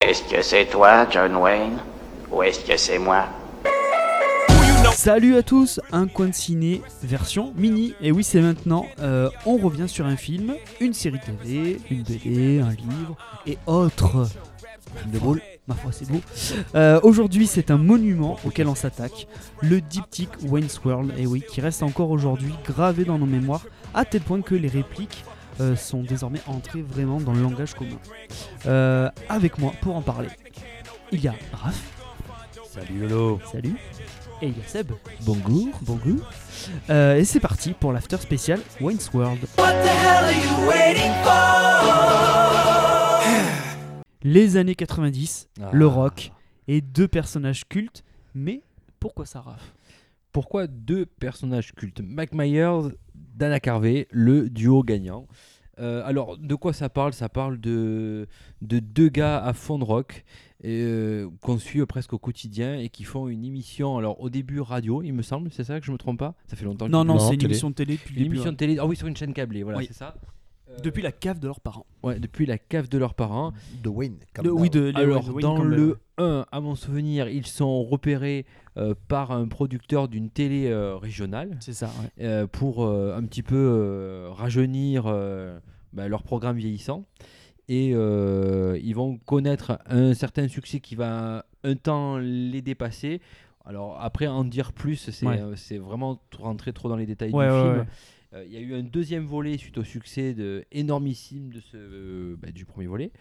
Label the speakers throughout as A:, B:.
A: Est-ce que c'est toi, John Wayne Ou est-ce que c'est moi
B: Salut à tous, un coin de ciné version mini. Et oui, c'est maintenant. Euh, on revient sur un film, une série TV, une BD, un livre et autres. Film de boule. Ma foi, c'est beau. Euh, Aujourd'hui, c'est un monument auquel on s'attaque, le diptyque Wayne's World, et oui, qui reste encore aujourd'hui gravé dans nos mémoires, à tel point que les répliques euh, sont désormais entrées vraiment dans le langage commun. Euh, avec moi, pour en parler, il y a Raph,
C: Salut Lolo
B: salut, et il y a Seb,
C: Bonjour
B: bonjour. Euh, et c'est parti pour l'after spécial Wayne's World. Les années 90,
C: Ah.
B: le rock et deux personnages cultes, mais pourquoi ça rafle
C: Pourquoi deux personnages cultes Mike Myers, Dana Carvey, le duo gagnant. Euh, alors, de quoi ça parle Ça parle de, de deux gars à fond de rock euh, qu'on suit presque au quotidien et qui font une émission. Alors, au début, radio, il me semble, c'est ça que je me trompe pas Ça fait longtemps que
B: Non,
C: je-
B: non,
D: Non,
B: c'est une
D: télé.
B: émission de télé depuis le
C: Une
B: début,
C: émission de télé. Ah oui, sur une chaîne câblée, voilà,
B: Oui.
C: c'est ça. Euh,
B: ouais. depuis la cave de leurs parents.
C: Ouais, depuis la cave de leurs parents.
D: De Wayne.
B: De- oui, de les-
C: Alors,
B: Wayne
C: dans
B: Campbell.
C: le 1, à mon souvenir, ils sont repérés euh, par un producteur d'une télé euh, régionale
B: C'est ça, ouais.
C: euh, pour euh, un petit peu euh, rajeunir euh, bah, leur programme vieillissant. Et euh, ils vont connaître un certain succès qui va un temps les dépasser. Alors après, en dire plus, c'est
B: Ouais.
C: euh, c'est vraiment t- rentrer trop dans les détails
B: Ouais,
C: du
B: ouais,
C: film.
B: ouais.
C: Euh, Il y a eu un deuxième volet suite au succès de, énormissime de ce, euh, bah, du premier volet.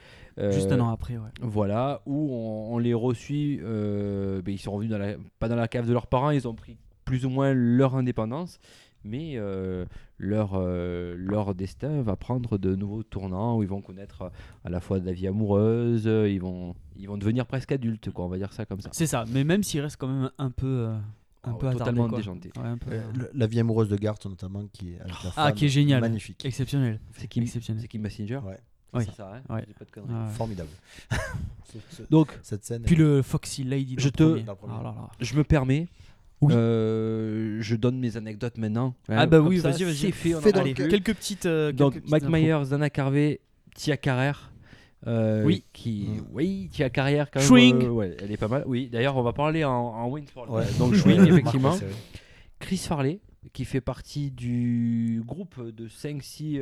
B: Juste
C: Euh,
B: un an après, ouais.
C: voilà, où on, on les reçut, euh, ben, ils sont revenus dans la- pas dans la cave de leurs parents, ils ont pris plus ou moins leur indépendance, mais euh, leur, euh, leur destin va prendre de nouveaux tournants où ils vont connaître euh, à la fois de la vie amoureuse, euh, ils vont, ils vont devenir presque adultes, quoi, on va dire ça comme ça.
B: C'est ça, mais même s'il reste quand même un peu, euh, un
C: Ah,
B: peu attardé,
C: totalement
B: quoi.
C: déjanté.
B: Ouais, un peu, euh,
D: La vie amoureuse de Garth, notamment, qui est avec la
B: Ah,
D: femme,
B: qui est génial.
D: Magnifique.
B: Exceptionnel.
C: C'est Kim,
B: Exceptionnel.
C: c'est Kim Basinger
D: Ouais.
B: Oui.
C: C'est ça, hein
B: Ouais.
C: J'ai pas de conneries.
B: Ah ouais.
D: Formidable. Ce- ce-
C: Donc,
D: Cette scène.
B: Puis le Foxy Lady. dans
C: Je
B: le
C: te-
B: premier.
D: Dans le premier.
B: Ah là là.
C: je me permets.
B: Oui.
C: euh, je donne mes anecdotes maintenant.
B: Ah bah
C: Comme
B: oui,
C: ça,
B: vas-y, vas-y.
C: c'est fait, on en
D: Fais donc.
C: parle
B: Allez,
C: plus.
B: quelques petites. euh,
C: Donc,
B: quelques petites
C: Mike
B: infos.
C: Myers, Dana Carvey, Tia Carrère. euh,
B: Oui.
C: Qui,
D: Mm.
C: oui, Tia Carrère, quand même.
B: Swing.
C: euh, ouais, elle est pas mal. Oui, d'ailleurs, on va parler en, en Winsford.
D: Ouais.
C: Donc,
D: Ouais,
C: Swing,
D: Marc,
C: effectivement.
D: c'est vrai.
C: Chris Farley, qui fait partie du groupe de 5-6.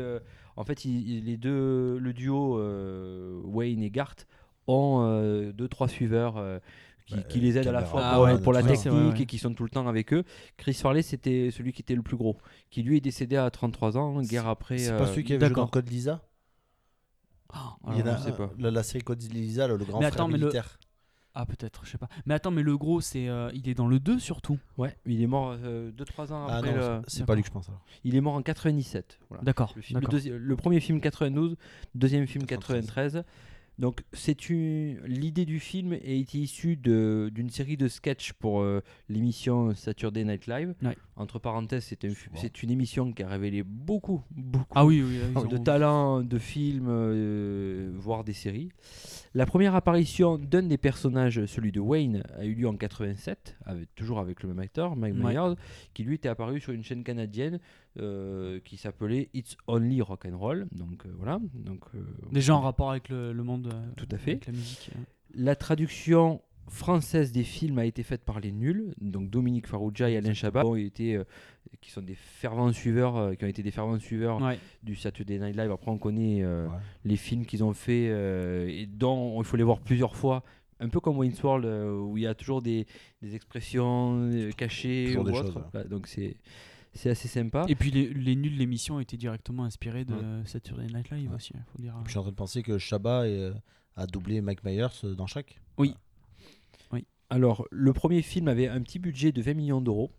C: en fait, il- il- les deux, le duo euh, Wayne et Garth ont 2-3 suiveurs. euh, qui,
D: Bah,
C: qui
D: euh,
C: les aident à la
D: Cameron,
C: fois
B: Ah
C: pour,
B: ouais,
C: pour la
B: ouais,
C: technique
B: c'est vrai, ouais.
C: et qui sont tout le temps avec eux. Chris Farley, c'était celui qui était le plus gros, qui lui est décédé à 33 ans, guerre après.
D: C'est
C: euh,
D: pas celui qui avait joué dans
B: d'accord.
D: Code Lisa
B: Ah,
C: Il y
B: alors
C: en a-
B: là.
C: je sais pas.
D: La, la série Code Lisa, le, le grand
B: Mais
D: frère
B: attends, mais le-
D: militaire.
B: Ah, peut-être, je sais pas. Mais attends, mais le gros, c'est, euh, il est dans le 2 surtout.
C: Ouais, il est mort 2-3 ans
D: Ah
C: après.
D: non,
C: le...
D: c'est pas lui que je pense. alors.
C: Il est mort en 97. voilà.
B: D'accord.
C: Ah, Le, film- le
B: d'accord.
C: deuxi- le premier film 92, deuxième film
D: 93.
C: 93. Donc c'est une l'idée du film est issue de- d'une série de sketchs pour euh, l'émission Saturday Night Live.
B: Ouais.
C: Entre parenthèses, c'est un fu-
D: Bon.
C: c'est une émission qui a révélé beaucoup, beaucoup
B: Ah oui, oui. ils
C: Oh, de
B: ont-
C: talents, de films, euh, voire des séries. La première apparition d'un des personnages, celui de Wayne, a eu lieu en 87, avec- toujours avec le même acteur, Mike
B: Ouais.
C: Myers, qui lui était apparu sur une chaîne canadienne euh, qui s'appelait It's Only Rock and Roll. Donc euh, voilà. Donc, euh,
B: Déjà en rapport avec le, le monde. euh,
C: Tout à fait.
B: Avec la musique. euh.
C: La traduction française des films a été faite par les nuls, donc Dominique Farrugia et Alain Chabat, ont été, euh, qui sont des fervents suiveurs, euh, qui ont été des fervents suiveurs
B: Ouais.
C: du Saturday Night Live. Après, on connaît euh,
D: Ouais.
C: les films qu'ils ont fait euh, et dont il faut les voir plusieurs fois. Un peu comme Wayne's World, euh, où il y a toujours des, des expressions euh, cachées
D: Toujours
C: ou
D: des
C: autres.
D: choses, ouais.
C: Voilà, donc c'est c'est assez sympa.
B: Et puis les, les nuls, l'émission était directement inspirée de
C: Mm.
B: Saturday Night Live
D: Ouais.
B: aussi. hein, Faut dire.
D: Je suis en train de penser que Shabba est- euh, a doublé Mike Myers euh, dans chaque.
C: Alors, le premier film avait un petit budget de 20 millions d'euros.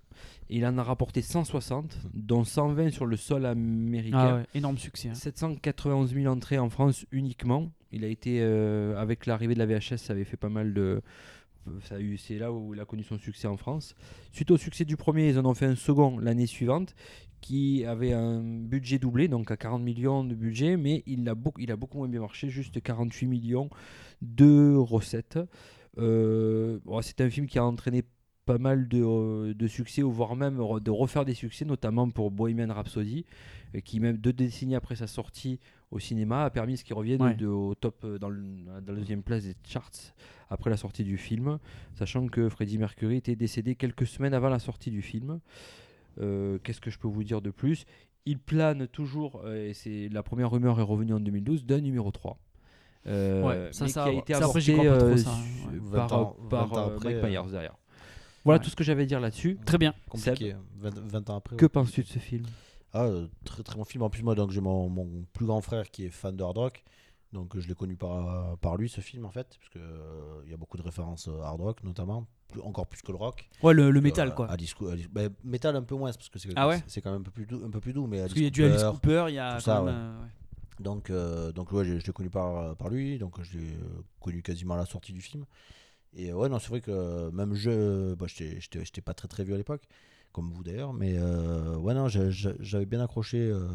C: et Il en a rapporté 160, dont 120 sur le sol américain.
B: Ah ouais, énorme succès. hein.
C: 791 000 entrées en France uniquement. Il a été, euh, avec l'arrivée de la VHS, ça avait fait pas mal de. ça a eu- C'est là où il a connu son succès en France. Suite au succès du premier, ils en ont fait un second l'année suivante qui avait un budget doublé, donc à 40 millions de budget, mais il a, beaucoup, il a beaucoup moins bien marché, juste 48 millions de recettes. Euh, bon, c'est un film qui a entraîné pas mal de, euh, de succès, ou voire même re- de refaire des succès, notamment pour Bohemian Rhapsody, euh, qui même deux décennies après sa sortie au cinéma a permis ce qu'il revienne
B: Ouais.
C: de- au top euh, dans, le- dans la deuxième place des charts après la sortie du film, sachant que Freddie Mercury était décédé quelques semaines avant la sortie du film. Euh, Qu'est-ce que je peux vous dire de plus Il plane toujours, euh, et c'est la première rumeur est revenue en 2012, d'un numéro 3. Euh,
B: Ouais, ça,
C: mais
B: ça,
C: qui a
B: ouais.
C: été
B: Ça, après, j'y
C: avorté,
B: crois pas trop,
C: euh,
B: ça, hein,
C: su-
D: ouais.
C: par,
D: 20 ans-
C: euh, par,
D: 20 ans
C: euh,
D: après,
C: Mike
D: euh,
C: Myers derrière. Voilà
B: Ouais.
C: tout ce que j'avais à dire là-dessus.
B: Très bien.
D: Compliqué. 20, 20 ans après.
C: Que
D: ouais.
C: penses-tu de ce film
D: Ah, euh, très très bon film. En plus, moi, donc j'ai mon, mon plus grand frère qui est fan de hard rock. Donc euh, je l'ai connu par, par lui, ce film, en fait. Parce qu'il il y a beaucoup de références euh, hard rock, notamment. plus- encore plus que le rock.
B: Ouais, le, le métal,
D: Euh,
B: quoi.
D: Alice Coo- Alice- bah, métal un peu moins, parce que c'est
B: Ah ouais
D: c'est quand même un peu plus doux. Un peu plus doux mais
B: Parce
D: Alice
B: qu'il y a du Alice
D: Cooper,
B: Cooper, il y a
D: tout ça,
B: quand même,
D: ouais.
B: euh, ouais.
D: Donc, euh, donc ouais, je, je l'ai connu par, par lui, donc je l'ai euh, connu quasiment à la sortie du film. Et euh, ouais, non, c'est vrai que même je, bah, j'étais, j'étais, j'étais pas très très vieux à l'époque, comme vous d'ailleurs, mais euh, ouais, non, j'a- j'a- j'avais bien accroché, euh,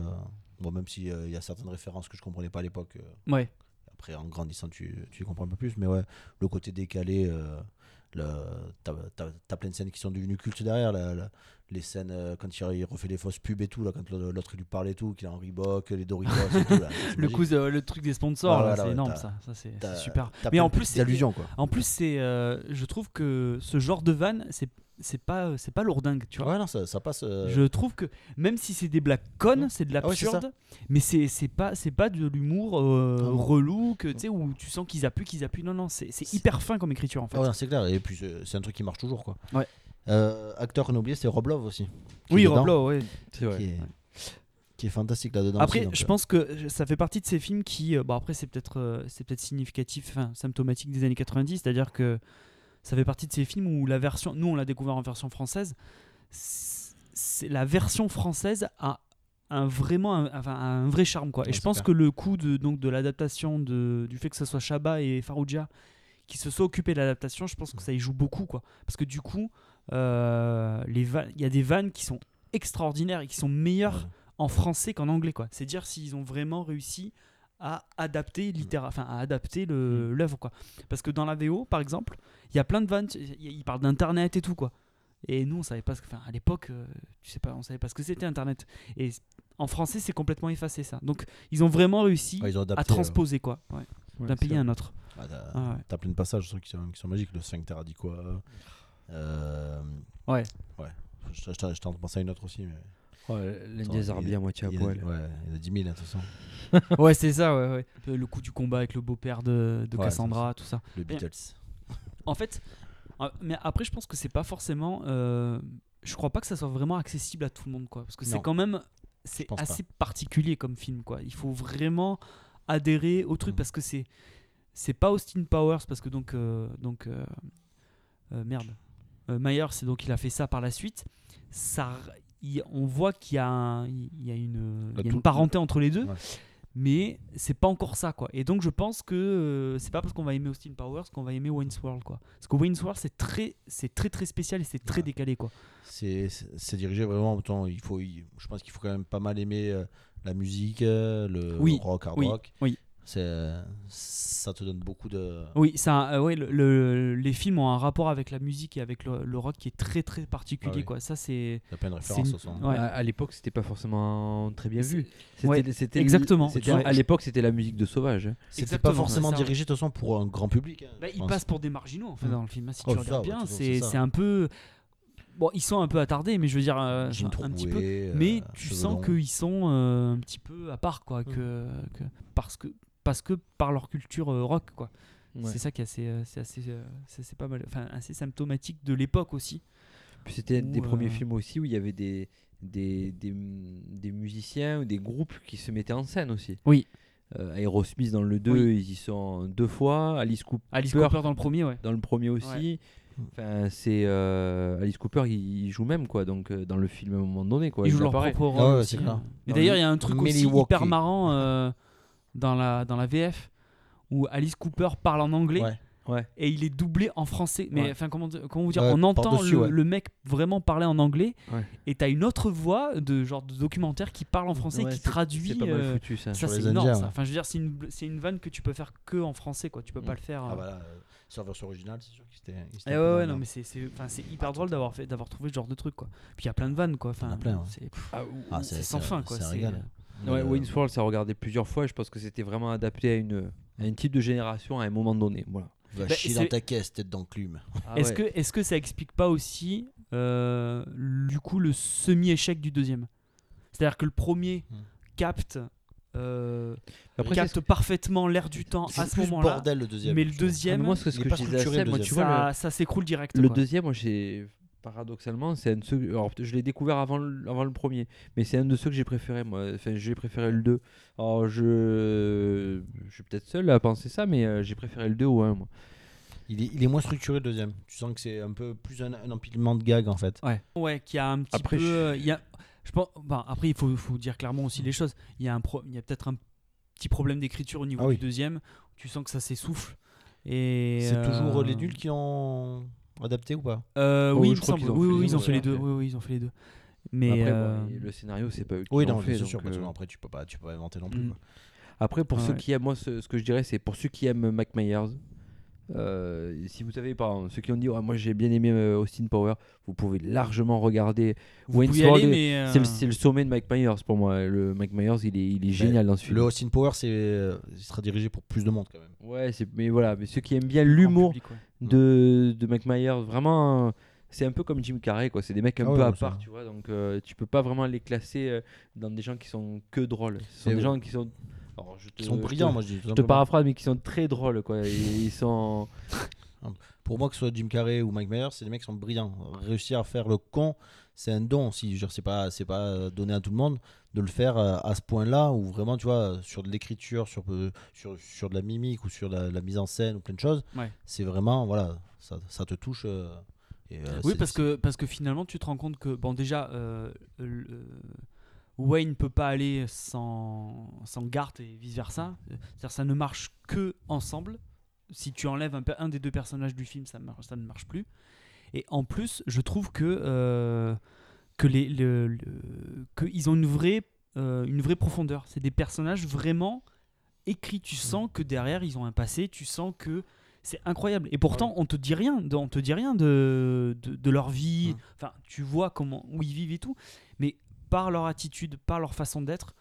D: bon, même s'il y a certaines références que je comprenais pas à l'époque, euh,
B: Ouais.
D: après en grandissant tu, tu les comprends un peu plus, mais ouais, le côté décalé, euh, le- t'as, t'as- t'as plein de scènes qui sont devenues cultes derrière, la- la- les scènes euh, quand il refait les fausses pubs et tout, là, quand l'autre il lui parle et tout, qu'il a en Reebok, les Doritos et tout, là, c'est
B: Le,
D: magique.
B: coup, de- euh, le truc des sponsors,
D: Ah,
B: là,
D: voilà,
B: c'est
D: ouais,
B: énorme,
D: t'as-
B: ça. ça c'est
D: T'as-
B: c'est super.
D: t'as
B: Mais
D: plein
B: en
D: de
B: plus,
D: petites
B: c'est-
D: allusions quoi.
B: En plus, c'est, euh, je trouve que ce genre de van, c'est c'est pas, euh, c'est pas lourdingue, tu vois.
D: Ouais, non, ça, ça passe. euh,
B: Je trouve que même si c'est des blagues connes,
D: Mm.
B: c'est de
D: Ah ouais, c'est Ah
B: l'absurde, mais c'est c'est pas c'est pas de l'humour euh,
D: Non, non.
B: relou que tu sais où tu sens qu'ils appuient qu'ils appuient. Non non, c'est c'est hyper fin comme écriture en fait.
D: ah ouais, non, c'est clair. Et puis c'est c'est un truc qui marche toujours quoi.
B: Ouais.
D: Euh, acteur qu'on a oublié, c'est Rob Love aussi. qui est
B: oui,
D: dedans,
B: Roblo, ouais.
C: C'est vrai.
D: Qui est, qui est fantastique là-dedans.
B: Après,
D: aussi, donc,
B: je
D: euh,
B: pense que ça fait partie de ces films qui, euh, bon après c'est peut-être euh, c'est peut-être significatif, enfin, symptomatique des années 90, c'est-à-dire que ça fait partie de ces films où la version, nous on l'a découvert en version française, c'est la version française a un vraiment un, enfin, a un vrai charme quoi. Et
D: Ouais,
B: je
D: c'est
B: pense
D: clair.
B: que le coup de donc de l'adaptation de du fait que ce soit Chabat et Farouja qui se sont occupés de l'adaptation, je pense que ça y joue beaucoup quoi. Parce que du coup, euh, les vannes- il y a des vannes qui sont extraordinaires et qui sont meilleures
D: ouais.
B: en français qu'en anglais quoi. C'est dire s'ils ont vraiment réussi à adapter littéra- enfin à adapter
D: Mm.
B: le- l'œuvre quoi. Parce que dans la VO par exemple, il y a plein de vannes, il y a- ils parlent d'internet et tout quoi. Et nous on savait pas ce que enfin à l'époque euh, tu sais pas on savait pas ce que c'était internet et c- en français c'est complètement effacé ça. Donc ils ont vraiment réussi
D: euh, Ouais, ils ont adapté.
B: à transposer quoi, ouais,
C: Ouais,
B: d'un
C: c'est
B: pays à
C: vrai.
B: un autre.
D: euh, ah, t'as-
B: Ah, ouais.
D: T'as plein de passages je trouve, qui sont, qui sont magiques. Le sphincter a dit quoi euh,
B: Ouais.
D: Ouais. Je, je, je t'en pensais à une autre aussi. Mais...
C: Oh, L'un
D: Attends,
C: des
D: il-
C: Arby à moitié à
D: il y en a-
C: poil.
D: ouais, il y en a 10 000 de toute façon.
B: ouais, c'est ça ouais, ouais. Euh, Le coup du combat avec le beau-père de, de
D: Ouais,
B: Cassandra, tout ça.
D: Le
B: Bien.
D: Beatles.
B: En fait, euh, mais après, je pense que c'est pas forcément. euh, je crois pas que ça soit vraiment accessible à tout le monde, quoi. Parce que c'est
D: Non.
B: quand même. C'est
D: pense pas.
B: assez particulier comme film, quoi. Il faut vraiment adhérer au truc
D: Mhm.
B: parce que c'est. C'est pas Austin Powers, parce que donc. euh, donc euh, euh, merde. Euh, Myers, c'est donc il a fait ça par la suite. Ça, il- on voit qu'il y a, un- il y a une, il y a
D: Bah, Tout-
B: une parenté entre les deux
D: Ouais.
B: mais c'est pas encore ça quoi. Et donc je pense que euh, c'est pas parce qu'on va aimer Austin Powers qu'on va aimer Wayne's World quoi. Parce que Wayne's World c'est très c'est très très spécial et c'est très
D: Ouais.
B: décalé quoi.
D: C'est- C'est c'est dirigé vraiment autant. Il faut, il- je pense qu'il faut quand même pas mal aimer euh, la musique, euh, le
B: Oui,
D: rock, hard
B: oui,
D: rock.
B: oui.
D: C'est, euh, ça te donne beaucoup de.
B: Oui, ça euh, ouais, le- le- les films ont un rapport avec la musique et avec le, le rock qui est très très particulier
D: Ah oui.
B: quoi. Ça c'est
D: Il y a plein de
B: C'est
D: références
B: une-
D: au son.
B: ouais.
C: À, à l'époque, c'était pas forcément très bien vu. C'était,
B: ouais,
C: c'était-
B: exactement.
C: c'était-
B: Ouais.
C: à l'époque, c'était la musique de Sauvage. hein.
D: C'était
B: Exactement,
D: pas forcément
B: c'est ça.
D: dirigé de toute façon pour un grand public. hein,
B: Bah,
D: je
B: ils
D: pense.
B: passent pour des marginaux en fait
D: Mm.
B: dans le film. hein, Si
D: Oh,
B: tu
D: ça,
B: regardes
D: ouais,
B: bien,
D: de toute façon,
B: c'est
D: c'est ça.
B: c'est un peu bon, ils sont un peu attardés, mais je veux dire euh,
D: Jean
B: un petit
D: troué,
B: peu.
D: euh,
B: mais tu
D: cheveux
B: sens
D: longs.
B: qu'ils sont euh, un petit peu à part quoi, que, que- parce que parce que par leur culture euh, rock quoi.
C: Ouais.
B: C'est ça qui est assez, euh, c'est assez, euh, c'est c'est pas mal, enfin assez symptomatique de l'époque aussi.
C: Puis c'était des
B: Ou,
C: premiers
B: euh,
C: films aussi où il y avait des, des, des, des musiciens ou des groupes qui se mettaient en scène aussi.
B: Oui.
C: Euh, Aerosmith dans le 2, ils y sont deux fois. Alice Cooper,
B: Alice Cooper dans le premier, ouais.
C: dans le premier aussi.
B: Mm.
C: Enfin, c'est euh, Alice Cooper, il, il joue même quoi. Donc euh, dans le film à un moment donné quoi.
B: Ils jouent leur
C: apparaît.
B: propre rôle.
D: Ah ouais,
B: aussi,
D: c'est clair.
B: hein. Mais
C: Dans
B: d'ailleurs,
C: le-
B: il y a un truc aussi
D: Milwaukee.
B: hyper marrant euh, dans la dans la VF où Alice Cooper parle en anglais
D: Ouais.
C: Ouais.
B: et il est doublé en français. Mais
C: Ouais.
B: enfin, comment comment vous dire,
D: Ouais,
B: on entend
D: par-dessus,
B: le,
D: ouais.
B: le mec vraiment parler en anglais
C: Ouais.
B: et t'as une autre voix de genre de documentaire qui parle en français
C: Ouais,
B: et qui
C: c'est-
B: traduit.
C: C'est pas mal
B: euh,
C: foutu ça.
B: ça
D: hein, sur
B: c'est
D: les
B: énorme.
D: Indiens,
B: ça.
D: ouais.
B: Enfin, je veux dire, c'est une c'est une vanne que tu peux faire que en français, quoi. Tu peux pas
C: Mm.
B: le faire. euh,
D: Ah bah là, euh, sur la version originale, c'est sûr qu'il était. il s'était
B: Eh
D: un
B: ouais,
D: peu
B: ouais,
D: mal,
B: non,
D: hein.
B: mais c'est, c'est, enfin, c'est hyper drôle d'avoir, fait, d'avoir trouvé ce genre de truc, quoi. Puis il y a plein de vannes, quoi. Enfin,
D: Il y en a plein, ouais.
B: c'est, pff,
D: Ah,
B: c'est
D: c'est-
B: sans
D: c'est-
B: fin, quoi.
D: c'est un régal.
C: Ouais,
D: Euh,
C: Wayne's World, ça regardait plusieurs fois. Je pense que c'était vraiment adapté à, une, à un type de génération à un moment donné. Voilà.
D: Va
B: Bah,
D: chier
B: c'est-
D: dans ta caisse, tête d'enclume.
C: Ah
B: Est-ce que, est que ça explique pas aussi, euh, du coup, le semi-échec du deuxième C'est-à-dire que le premier
D: Hmm.
B: capte, euh,
C: Après,
B: capte parfaitement l'air du temps
D: C'est
B: à ce
D: plus
B: moment-là,
D: bordel le deuxième.
B: mais le
D: je trouve.
C: Ah, mais
B: deuxième,
C: moi, c'est ce
D: il est
C: que
D: pas
C: je disais à
D: structuré,
C: Seb,
D: le
C: moi, tu
D: deuxième.
C: vois,
B: ça,
C: le-
B: ça s'écroule direct.
C: Le
B: quoi.
C: deuxième, moi, j'ai paradoxalement, c'est un de ceux. Alors, peut- je l'ai découvert avant le, avant le premier, mais c'est un de ceux que j'ai préféré. Moi, enfin, j'ai préféré le 2. Alors, je, je suis peut-être seul à penser ça, mais euh, j'ai préféré le 2 au 1. Moi.
D: Il est, il est moins structuré le deuxième. Tu sens que c'est un peu plus un, un empilement de gags en fait.
B: Ouais, qui a un petit
C: Après,
B: peu.
C: je-
B: euh, il y a- je pense, ben, après, il faut, faut dire clairement aussi les choses. Il y a, un pro- il y a peut-être un petit problème d'écriture au niveau
D: Ah oui.
B: du deuxième. Tu sens que ça s'essouffle. Et
D: C'est
B: euh,
D: toujours euh, les nuls qui l'ont adapté ou pas
B: euh,
C: Oh,
B: oui,
C: je
B: il me
C: crois
B: semble.
C: qu'ils ont
B: Oui,
C: fait-
B: oui,
C: ils
B: ils
C: ont
B: ont fait les
C: fait.
B: deux. Oui, oui, ils ont fait les deux. Mais
C: après,
B: euh,
C: bon, le scénario, c'est pas eux qui
D: Oui,
C: l'ont
D: non,
C: fait.
D: c'est sûr.
C: donc,
D: parce que
C: euh,
D: après, tu peux pas, tu peux pas inventer non plus.
B: Mm.
D: quoi.
C: Après, pour ceux
B: Ouais.
C: qui aiment, moi, ce, ce que je dirais, c'est pour ceux qui aiment Mac Myers. euh, si vous avez par exemple, ceux qui ont dit Ah, moi j'ai bien aimé euh, Austin Power, vous pouvez largement regarder
B: vous
C: Wayne's
B: pouvez y
C: World
B: aller,
C: est-
B: mais, euh,
C: C'est le, c'est le sommet de Mike Myers pour moi. Le Mike Myers, il est, il est génial dans ce film.
D: Ben, Le Austin Power, c'est, euh, il sera dirigé pour plus de monde quand même.
C: Ouais, c'est- mais voilà, mais ceux qui aiment bien
B: en
C: l'humour
B: public, ouais.
C: de, de Mike Myers, vraiment, euh, c'est un peu comme Jim Carrey, quoi. C'est des mecs un
D: Ah
C: peu
D: ouais,
C: à
D: ça.
C: part, tu vois. Donc euh, tu peux pas vraiment les classer euh, dans des gens qui sont que drôles. Ce sont
D: Et
C: des
D: oui.
C: gens qui sont. alors, je te-
D: Ils sont
C: Euh, je te-
D: brillants, moi je dis. tout
C: Je te
D: simplement.
C: paraphrase, mais qui sont très drôles, quoi. Et ils sont.
D: Pour moi, que ce soit Jim Carrey ou Mike Myers, c'est des mecs qui sont brillants. Réussir à faire le con, c'est un don. Si je veux dire, c'est pas, c'est pas donné à tout le monde de le faire euh, à ce point-là, où vraiment, tu vois, sur de l'écriture, sur, peu- sur, sur de la mimique ou sur la, la mise en scène ou plein de choses,
B: Ouais.
D: c'est vraiment, voilà, ça, ça te touche. euh, et, euh,
B: Oui,
D: c'est-
B: parce
D: c'est-
B: que, parce que finalement, tu te rends compte que, bon, déjà, euh, le- Wayne peut pas aller sans, sans Garth et vice-versa. C'est-à-dire ça ne marche que ensemble. Si tu enlèves un, pe- un des deux personnages du film, ça, mar- ça ne marche plus. Et en plus, je trouve que, euh, que les, le- le- que ils ont une vraie, euh, une vraie profondeur. C'est des personnages vraiment écrits. Tu sens que derrière, ils ont un passé. Tu sens que c'est incroyable. Et pourtant, on te dit rien. De, on te dit rien de, de, de leur vie.
D: Mm.
B: Enfin, tu vois comment où ils vivent et tout. Mais par leur attitude, par leur façon d'être,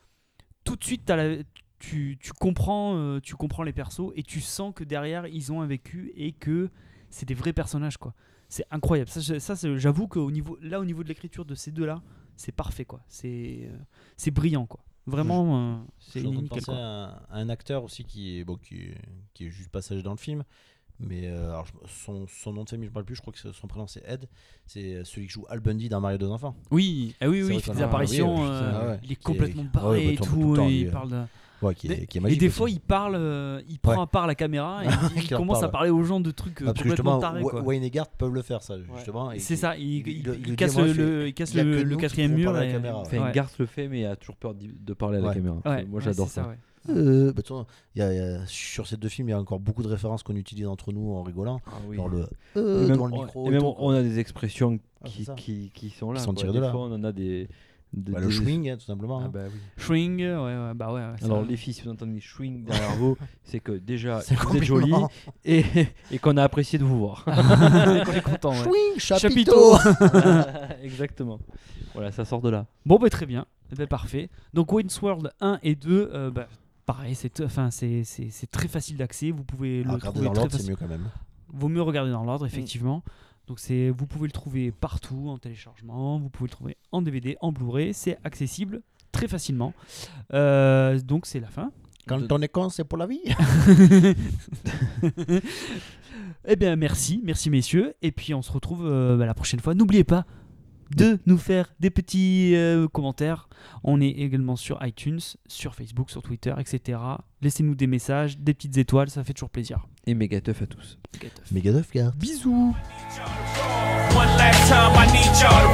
B: tout de suite, t'as la- tu, tu comprends, euh, tu comprends les persos et tu sens que derrière, ils ont un vécu et que c'est des vrais personnages, quoi. C'est incroyable. Ça, je- ça c'est- j'avoue que niveau, là, au niveau de l'écriture de ces deux-là, c'est parfait, quoi. C'est, euh, c'est brillant, quoi. Vraiment, euh,
D: Je
B: c'est
D: suis en train de
B: nickel,
D: penser
B: quoi.
D: à, à un acteur aussi qui est, bon, qui, est- qui est juste passage dans le film. Mais euh, alors, je- son, son nom de famille, je ne parle plus, je crois que son prénom c'est Ed. C'est euh, celui qui joue Al Bundy dans Mario deux enfants.
B: Oui, ah oui, oui,
D: C'est vrai
B: il fait
D: qu'on
B: des
D: a-
B: apparitions.
D: oui, oui, putain,
B: euh,
D: ouais.
B: Il est
D: Qui est-
B: complètement
D: Ah ouais,
B: barré
D: bah,
B: et
D: tout-
B: tout.
D: tout le temps,
B: et
D: lui,
B: il
D: euh,
B: parle de-
D: Ouais, qui, est, qui est magique.
B: et des
D: aussi.
B: fois, il parle, euh, il
D: Ouais.
B: prend à part la caméra et il- il
D: Qu'il en
B: commence
D: parle,
B: à parler aux gens de trucs euh,
D: Ah, parce que
B: complètement
D: justement,
B: tarés.
D: Wa-
B: quoi.
D: Wayne et Garth peuvent le faire, ça, justement. et
B: C'est
D: qui-
B: ça, il,
D: il-
B: il-
D: il-
B: il
D: il le
B: casse,
D: dit à
B: le,
D: moi, il
B: le- il casse
D: il y a
B: le-
D: que
B: le
D: nous qui
B: quatrième
D: pouvons
B: mur.
D: parler à la
B: et-
D: caméra, ouais.
C: Enfin,
B: ouais.
C: Garth le fait, mais a toujours peur d'y- de parler à la
D: Ouais.
C: caméra.
B: Ouais,
C: Moi,
B: ouais,
C: j'adore
B: c'est
C: ça.
B: ouais.
D: Euh, bah, de toute façon, il y a- il y a- sur ces deux films, il y a encore beaucoup de références qu'on utilise entre nous en rigolant.
C: Ah oui.
D: Genre le
C: Et
D: euh,
C: même,
D: devant le
C: on-
D: micro.
C: et
D: et
C: même
D: tout,
C: on,
D: quoi.
C: a des expressions
D: Ah,
C: qui,
D: c'est ça.
C: qui, qui sont là.
D: Qui sont
C: quoi.
D: tirées
C: Des
D: de là.
C: fois, on en a des. de-
D: Bah, le
C: des-
D: swing, hein, tout simplement.
C: Ah
D: hein.
C: bah oui.
B: Schwing, ouais, ouais, bah ouais. ouais, c'est
C: Alors
B: vrai.
C: les filles, si vous entendez swing derrière vous, c'est que déjà
D: C'est
C: Ah bah, vous êtes jolies
D: compliment.
C: et, et qu'on a apprécié de vous voir.
B: On est content, ouais.
D: Swing,
B: Chapiteau.
D: chapiteau.
C: Exactement. Voilà, ça sort de là.
B: Bon, bah très bien, Eh ben, parfait. Donc Wayne's World 1 et 2, euh, bah, pareil, c'est enfin, c'est- c'est- c'est très facile d'accès, vous pouvez le
D: Ah, Regardez
B: trouver
D: dans
B: très
D: l'ordre, c'est
B: facilement.
D: mieux quand même.
B: Vaut mieux regarder dans l'ordre, effectivement. Donc c'est, vous pouvez le trouver partout en téléchargement, vous pouvez le trouver en DVD, en Blu-ray, c'est accessible très facilement. Euh, donc c'est la fin.
D: Quand on est con, c'est pour la vie.
B: Eh bien, merci, merci messieurs. Et puis, on se retrouve euh, bah, la prochaine fois. N'oubliez pas de nous faire des petits euh, commentaires. On est également sur iTunes, sur Facebook, sur Twitter, etc. Laissez-nous des messages, des petites étoiles, ça fait toujours plaisir.
C: Et méga teuf à tous.
D: Méga d'œuf, gars.
B: Bisous
E: One last time, I need y'all to